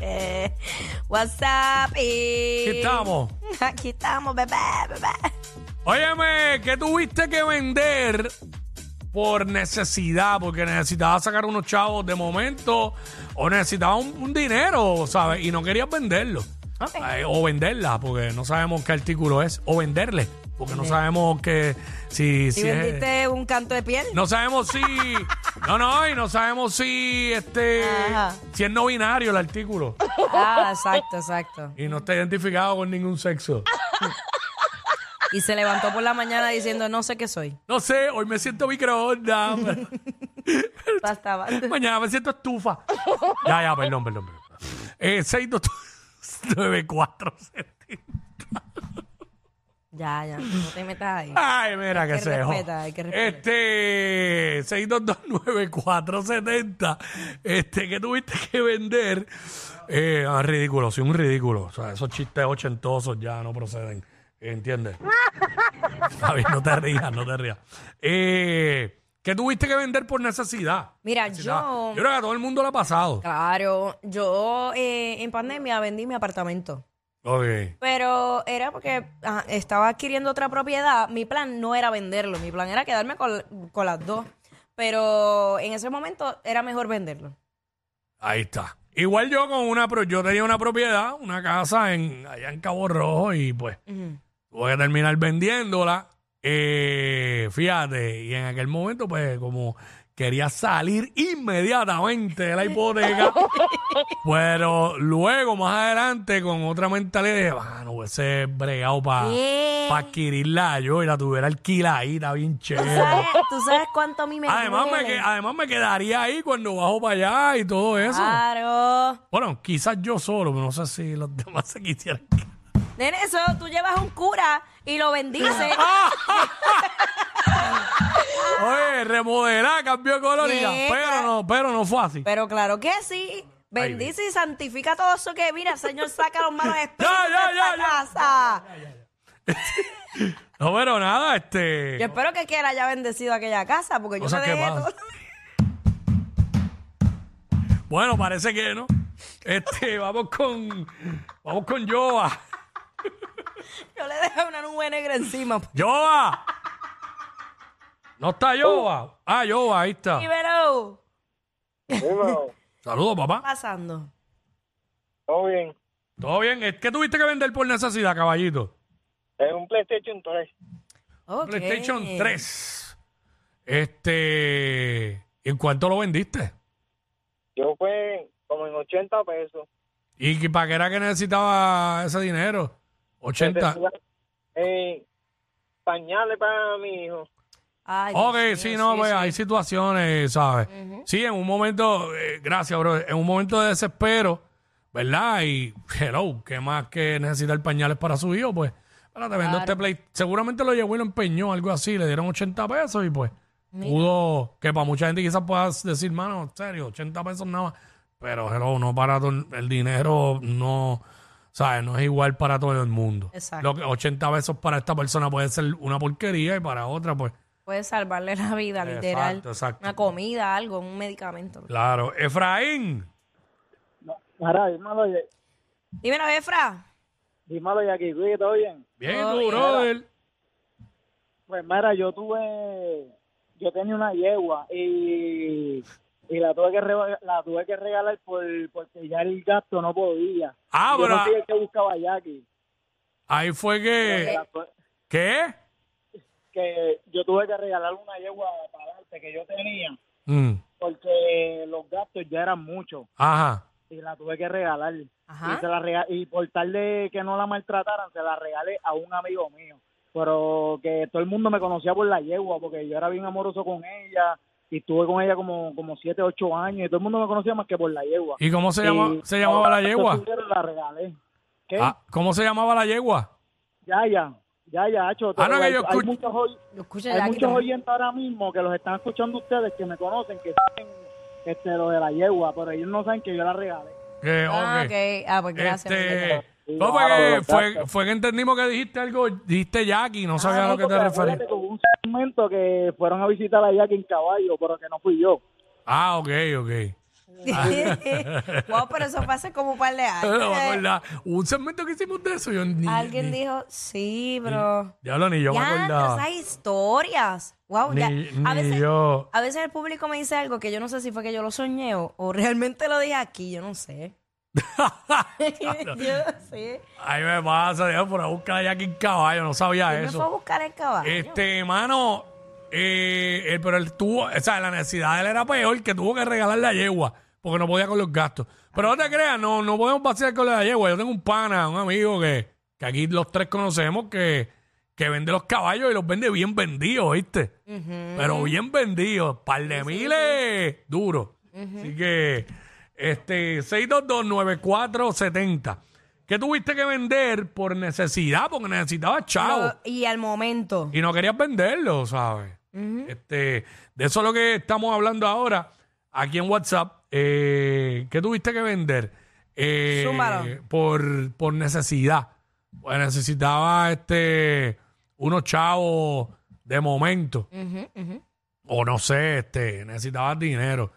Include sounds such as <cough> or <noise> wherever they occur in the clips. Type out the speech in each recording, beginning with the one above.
Eh, WhatsApp y... Aquí estamos. Aquí estamos, bebé, bebé. Óyeme, ¿qué tuviste que vender por necesidad? Porque necesitabas sacar unos chavos de momento o necesitabas un, un dinero, ¿sabes? Y no querías venderlo. Ay, o venderla, porque no sabemos qué artículo es. O venderle, porque no sabemos que si, Si si es- vendiste un canto de piel. eh. No sabemos si. No, no, y no sabemos si este. Ajá. Si es no binario el artículo. Ah, exacto, exacto. Y no está identificado con ningún sexo. Y se levantó por la mañana diciendo, no sé qué soy. No sé, hoy me siento microondas. <laughs> Basta, basta. Mañana me siento estufa. Ya, ya, perdón, perdón. perdón. Eh, 694 Ya, ya, no te metas ahí. Ay, mira que, que se jo- respetar, hay que respetar. Este 6229470. Este que tuviste que vender. Eh, ah, ridículo, sí, un ridículo. O sea, esos chistes ochentosos ya no proceden. ¿Entiendes? Está bien, no te rías, no te rías. Eh, ¿Qué tuviste que vender por necesidad? Mira, Necesidad. yo... Yo creo que a todo el mundo le ha pasado. Claro, yo eh, en pandemia vendí mi apartamento. Ok. Pero era porque ajá, estaba adquiriendo otra propiedad. Mi plan no era venderlo, mi plan era quedarme con, con las dos. Pero en ese momento era mejor venderlo. Ahí está. Igual yo con una pro- yo tenía una propiedad, una casa en allá en Cabo Rojo y pues voy a terminar vendiéndola. Eh, fíjate, y en aquel momento pues como quería salir inmediatamente <laughs> de la hipoteca, pero luego más adelante con otra mentalidad dije, "Ah, no hubiese bregado para ¿Qué? adquirirla yo y la tuviera alquiladita bien ¿Tú chévere. sabes, tú sabes cuánto a mí me Además me, duele? que- además me quedaría ahí cuando bajo para allá y todo eso. Ah, Claro. Bueno, quizás yo solo, pero no sé si los <laughs> demás se quisieran. Nene, eso tú llevas a un cura y lo <laughs> bendices. Ah. Oye, remodelar, cambió de coloría. Sí, Pero claro. no, pero no fue así. Pero claro que sí. Bendice y santifica todo eso que mira, Señor, saca los malos espíritus <laughs> ya, de ya, esta ya. casa. No, pero nada, Yo este. espero que quiera haya bendecido aquella casa, porque yo Cosas te que dejé pasan. todo. <laughs> Bueno, parece que no. Este, <laughs> vamos con. Vamos con Joa. Yo le dejé una nube negra <laughs> encima. ¡Joa! No está Joa. Ah, Joa, ahí está. Ibero, Dímelo, Saludos, papá. pasando. todo bien. ¿Todo bien? Es que tuviste que vender por necesidad, caballito. Es un PlayStation 3. Ok. PlayStation 3. Este. ¿En cuánto lo vendiste? Yo fue como en 80 pesos. ¿Y que- para qué era que necesitaba ese dinero? 80. Tenía, eh, pañales para mi hijo. Ay, Dios Ok, mío, sí, no, pues hay situaciones, ¿sabes? Sí, en un momento, eh, gracias, bro, en un momento de desespero, ¿verdad? Y, hello, ¿qué más que necesitar pañales para su hijo? Pues, espérate, vendo este play. Seguramente lo llevó y lo empeñó, algo así, le dieron 80 pesos y pues, pudo, que para mucha gente quizás puedas decir, mano, en serio, 80 pesos nada más. Pero, hello, no para todo, el- el dinero no, ¿sabes? No es igual para todo el mundo. Exacto. Lo que 80 pesos para esta persona puede ser una porquería y para otra, pues. Puede salvarle la vida, literal. Exacto, exacto. Una comida, algo, un medicamento. Claro. Efraín. Ahora, dímelo, ya- Dímelo, Efra. dímelo, Jackie, Luis, todo bien. Bien, Oh, tú, yeah. brother. Pues mira, yo tuve, yo tenía una yegua y, y la tuve que rega- la tuve que regalar por porque ya el gasto no podía. Ah, yo pero no fui el que buscaba a Jackie. ahí fue Que que. la tuve- ¿Qué? que yo tuve que regalar una yegua para adelante que yo tenía Mm, porque los gastos ya eran muchos. Ajá. y la tuve que regalar. Ajá. Y, se la rega- y por tal de que no la maltrataran, se la regalé a un amigo mío. Pero que todo el mundo me conocía por la yegua, porque yo era bien amoroso con ella y estuve con ella como, como siete, ocho años y todo el mundo me conocía más que por la yegua. ¿Y cómo se, llama, Y se llamaba la yo yegua? primero La regalé. Ah, ¿Qué? Ah, ¿Cómo se llamaba la yegua? Ya, ya, ya, ya, Acho, Ah, no, que hay, yo hay escucho- muchos hoy Lo escucha hay Jackie muchos también. oyentes ahora mismo que los están escuchando ustedes que me conocen, que saben este, lo de la yegua, pero ellos no saben que yo la regalé. Que, Ah, ok. ok. Ah, pues gracias. <laughs> Este, Sí, no, fue, claro, que, fue, exacto. fue que entendimos que dijiste algo, dijiste Jackie, no sabía Ah, a no, lo que te porque referías. acuérdate que Hubo un segmento que fueron a visitar a Jackie en caballo, pero que no fui yo. Ah, ok, ok. wow, pero eso fue hace como un <laughs> par de años. No me acordaba. Hubo Un segmento que hicimos de eso. Yo ni, Alguien ni- dijo, sí, pero... Diablo, ni yo me Ya, acordaba. esas historias. Wow, ya. Ni- A ni veces, yo. a veces el público me dice algo que yo no sé si fue que yo lo soñé o, o realmente lo dije aquí, yo no <laughs> sé. <laughs> yo no sé. Ahí me pasa, Dios, por buscar a Jackie en caballo. No sabía Él me fue a eso. buscar el caballo. Este, mano, eh, él- pero él tuvo, o sea, la necesidad de él era peor que tuvo que regalar la yegua porque no podía con los gastos. Pero no te creas, no, no podemos vaciar con la yegua. Yo tengo un pana, un amigo que, que aquí los tres conocemos que, que vende los caballos y los vende bien vendidos, ¿viste? Pero bien vendidos, par de miles duro. Así que, este, 6229470. ¿Qué tuviste que vender por necesidad? Porque necesitaba chavo Lo- y al momento. y no querías venderlo, ¿sabes? este, de eso es lo que estamos hablando ahora, aquí en WhatsApp. Eh, ¿Qué tuviste que vender? Eh, Zúmbalo. por, por necesidad. Pues necesitaba este unos chavos de momento. O no sé, este, necesitabas dinero.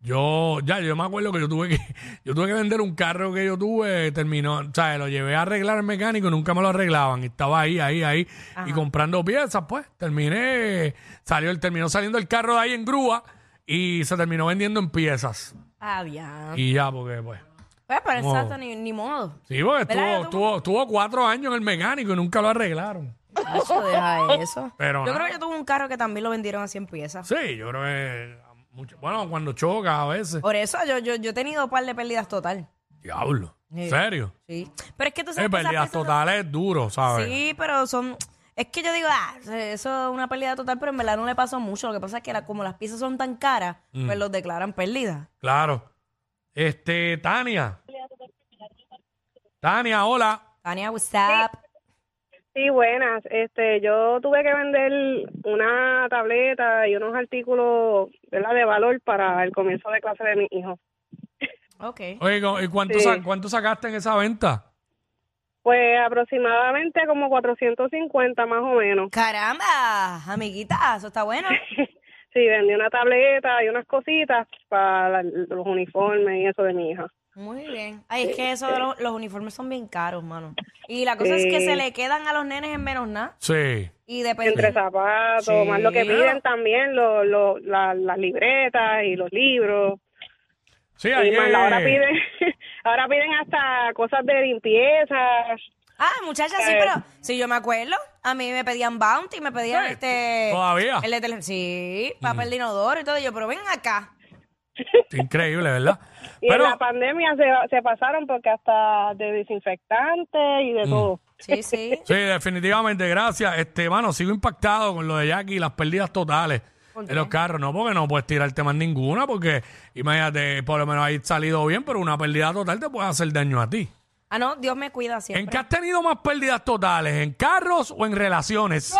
Yo, ya, yo me acuerdo que yo tuve que, <laughs> yo tuve que vender un carro que yo tuve, terminó, o sea, lo llevé a arreglar al mecánico y nunca me lo arreglaban. Y estaba ahí, ahí, ahí, y comprando piezas, pues, terminé, salió, el- terminó saliendo el carro de ahí en grúa y se terminó vendiendo en piezas. Ah, bien. Y ya, porque, pues. Pues, pero Como- exacto, ni, ni modo. Sí, ¿Verdad? porque estuvo, Yo estuvo, estuvo cuatro años en el mecánico y nunca lo arreglaron. Eso deja <laughs> eso. Pero yo nada. creo que yo tuve un carro que también lo vendieron a 100 piezas. Sí, yo creo que. mucho- bueno, cuando choca a veces. Por eso yo, yo, yo he tenido un par de pérdidas total. Diablo. ¿En Sí. serio? Sí. Pero es que tú sabes Eh, que esas pérdidas piezas son- totales es duro, ¿sabes? Sí, pero son. Es que yo digo, ah, eso es una pérdida total, pero en verdad no le pasó mucho. Lo que pasa es que la- como las piezas son tan caras, pues Mm. los declaran pérdida. Claro. Este, Tania. Tania, hola. Tania, what's up? Sí, buenas. Este, yo tuve que vender una tableta y unos artículos, ¿verdad? de valor para el comienzo de clase de mi hijo. Ok. Oye, ¿cu- ¿y cuánto, Sí. sa- cuánto sacaste en esa venta? Pues aproximadamente como 450 más o menos. Caramba, amiguita, eso está bueno. Sí, vendí una tableta y unas cositas para la- los uniformes y eso de mi hija. Muy bien. Ay, es que eso de los, los uniformes son bien caros, mano. Y la cosa es que Sí. se le quedan a los nenes en menos nada. Sí. Y depende. Entre zapatos, Pues Sí. más lo que piden también, lo- lo- la- las libretas y los libros. Sí, Y más, ayer- ahora piden, <laughs> ahora piden hasta cosas de limpieza. Ah, muchacha, sí, Eh. pero si yo me acuerdo, a mí me pedían bounty, me pedían Sí, este. todavía. El de tele- sí, papel de inodoro y todo. y Yo, pero ven acá. <laughs> Increíble, ¿verdad? <laughs> Y en la pandemia se, se pasaron porque hasta de desinfectante y de todo. Sí, sí. Sí, definitivamente, gracias. Este, mano, sigo impactado con lo de Jackie y las pérdidas totales de los carros. No, porque no puedes tirarte más ninguna, porque imagínate, por lo menos ahí salido bien, pero una pérdida total te puede hacer daño a ti. Ah, no, Dios me cuida siempre. ¿En qué has tenido más pérdidas totales? ¿En carros o en relaciones?